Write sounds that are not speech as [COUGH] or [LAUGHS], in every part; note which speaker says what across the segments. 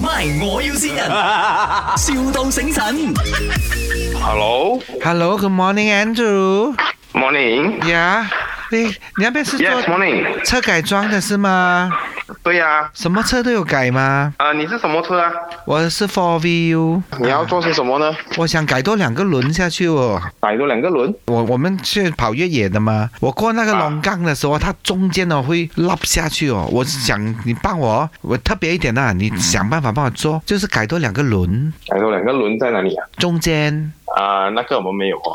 Speaker 1: My，我要先人，, [LAUGHS] 笑到醒神。
Speaker 2: Hello，Morning。
Speaker 3: Hello, good morning, Andrew. 呀、你你那边是做
Speaker 2: Yes, morning。
Speaker 3: 车改装的是吗？
Speaker 2: 对呀、啊，
Speaker 3: 什么车都有改吗？
Speaker 2: 你是什么车啊？
Speaker 3: 我是 Four VU，
Speaker 2: 你要做些什么呢？
Speaker 3: 我想改多两个轮下去哦。
Speaker 2: 摆多两个轮。
Speaker 3: 我我们去跑越野的嘛，我过那个
Speaker 2: 啊
Speaker 3: 龙岗的时候，它中间呢会落下去哦。我想你帮我，我特别一点啊，你想办法帮我做，就是改多两个轮，
Speaker 2: 摆多两个轮在哪里啊？
Speaker 3: 中间
Speaker 2: 啊、那个我们没有哦。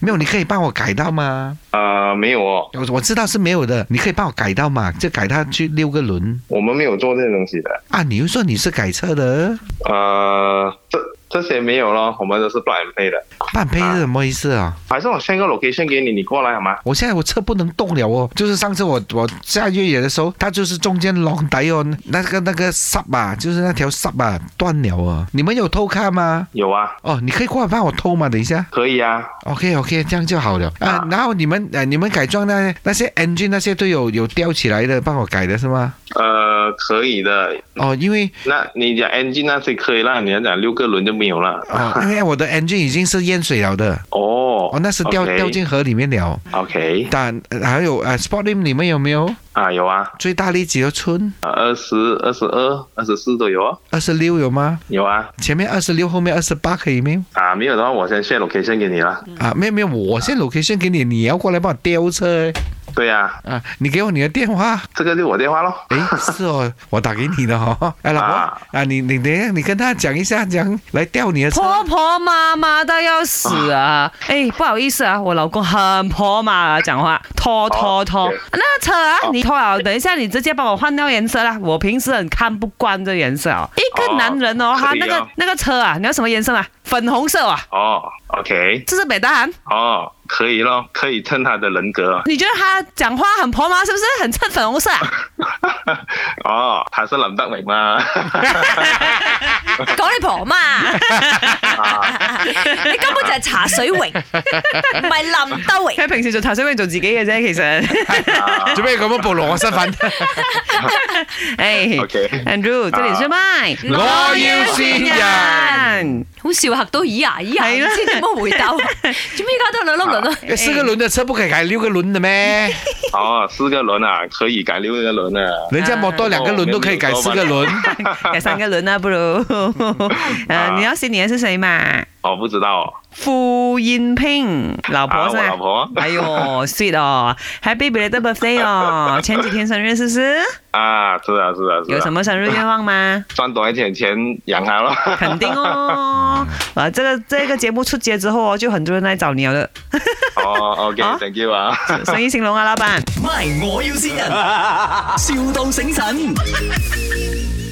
Speaker 3: 没有，你可以帮我改到吗？
Speaker 2: 呃，没有哦，
Speaker 3: 我我知道是没有的，你可以帮我改到嘛，就改它去六个轮
Speaker 2: 我们没有做这些东西的。
Speaker 3: 啊。你又说你是改车的，
Speaker 2: 呃，这这些没有咯，我们都是 b l a n pay 的。
Speaker 3: 半杯是什么意思啊？
Speaker 2: 还是我 send 个 location 给你，你过来好吗？
Speaker 3: 我现在我车不能动了哦，就是上次我我下越野的时候，它就是中间浪底哦，那个那个 sub 啊，就是那条 sub 啊断了哦。你们有偷看吗？
Speaker 2: 有啊，
Speaker 3: 哦，你可以过来帮我偷吗？等一下
Speaker 2: 可以啊。
Speaker 3: ，OK OK，这样就好了啊。然后你们呃你们改装那那些 engine 那些都有有吊起来的，帮我改的是吗？
Speaker 2: 呃，可以的。
Speaker 3: 哦，因为
Speaker 2: 那你讲 engine 那些可以啦，你要讲六个轮就没有了。
Speaker 3: 哦，因为我的 engine 已经是淹水了的，
Speaker 2: 哦，
Speaker 3: 哦，那是掉
Speaker 2: OK
Speaker 3: 掉进河里面了。
Speaker 2: OK
Speaker 3: 但、呃还有呃 s p o t i m 你们有没有
Speaker 2: 啊，有啊，
Speaker 3: 最大力几多寸？
Speaker 2: 二十二、十二、二十四都有哦，
Speaker 3: 二十六有吗？
Speaker 2: 有啊。
Speaker 3: 前面二十六，后面二十八，可以没有？
Speaker 2: 啊，没有的话，我先 share location 给你啦。
Speaker 3: 啊，没有没有，我先 location 给你，你要过来帮我丢车
Speaker 2: 对呀、
Speaker 3: 啊！你给我你的电话，
Speaker 2: 这个就我电话咯。
Speaker 3: 诶，是哦，我打给你的哦。哎，老婆
Speaker 2: 啊
Speaker 3: 啊，你你等一下，你跟他讲一下，讲来调你的
Speaker 4: [LAUGHS]
Speaker 3: 车。
Speaker 4: 婆婆妈妈都要死啊！哎，不好意思啊，我老公很婆妈啊，讲话拖拖
Speaker 2: 哦
Speaker 4: 拖
Speaker 2: ，OK。
Speaker 4: 那车啊，你拖啊，等一下你直接帮我换掉颜色啦。我平时很看不惯这颜色哦。一个
Speaker 2: 哦
Speaker 4: 男人哦，他
Speaker 2: 可以
Speaker 4: 那个
Speaker 2: 啊
Speaker 4: 那个车啊，你要什么颜色啊？粉红色啊，
Speaker 2: 哦，OK，
Speaker 4: 这是北大韩。
Speaker 2: 哦，可以咯，可以衬他的人格。 [LAUGHS]
Speaker 4: 你觉得他讲话很婆妈，是不是很衬粉红色啊？
Speaker 2: 哦，他是林德明嘛？
Speaker 5: 講你婆 [LAUGHS] 嘛，你根本就係茶水榮，唔係林德榮。
Speaker 4: 佢平時做茶水榮做自己嘅啫，
Speaker 2: [LAUGHS]
Speaker 4: 其實。
Speaker 3: 做咩咁样暴露我身份？
Speaker 4: 哎
Speaker 2: OK 啊
Speaker 4: Andrew，這裡是麥，
Speaker 3: 我要先人。
Speaker 5: 好笑嚇到咦呀咦
Speaker 4: 係
Speaker 5: 呀，
Speaker 4: 啦
Speaker 5: 唔知點樣回 [LAUGHS] 答，做咩搞到兩粒輪啊？
Speaker 3: 诶四个轮的车不可以改六个轮的咩？
Speaker 2: [LAUGHS] 哦，四个轮啊，可以改六个轮啊。
Speaker 3: 人家摩多两个轮都可以改四个轮。
Speaker 4: [LAUGHS] 改三个轮啊，
Speaker 2: [LAUGHS]
Speaker 4: 不如。呃，
Speaker 2: 啊
Speaker 4: 你要新年是谁嘛？
Speaker 2: 我不知道哦。
Speaker 4: 傅燕萍，老婆
Speaker 2: 啊，
Speaker 4: 是
Speaker 2: 我
Speaker 4: 吧？
Speaker 2: 老婆
Speaker 4: [LAUGHS] 哎呦，sweet 哦，Happy belated
Speaker 2: [LAUGHS]
Speaker 4: birthday 哦！前几天生日是不是？
Speaker 2: 啊，是啊，是啊，是啊。
Speaker 4: 有什么生日愿望吗？
Speaker 2: [LAUGHS] 赚多一点钱养他咯。 [LAUGHS]
Speaker 4: 肯定哦！啊，这个这个节目出街之后哦，就很多人来找你了，
Speaker 2: 哦
Speaker 4: 啊
Speaker 2: ，OK，thank you 啊。
Speaker 4: 生意兴隆啊，老板。
Speaker 1: My，我要先人，,笑到醒神。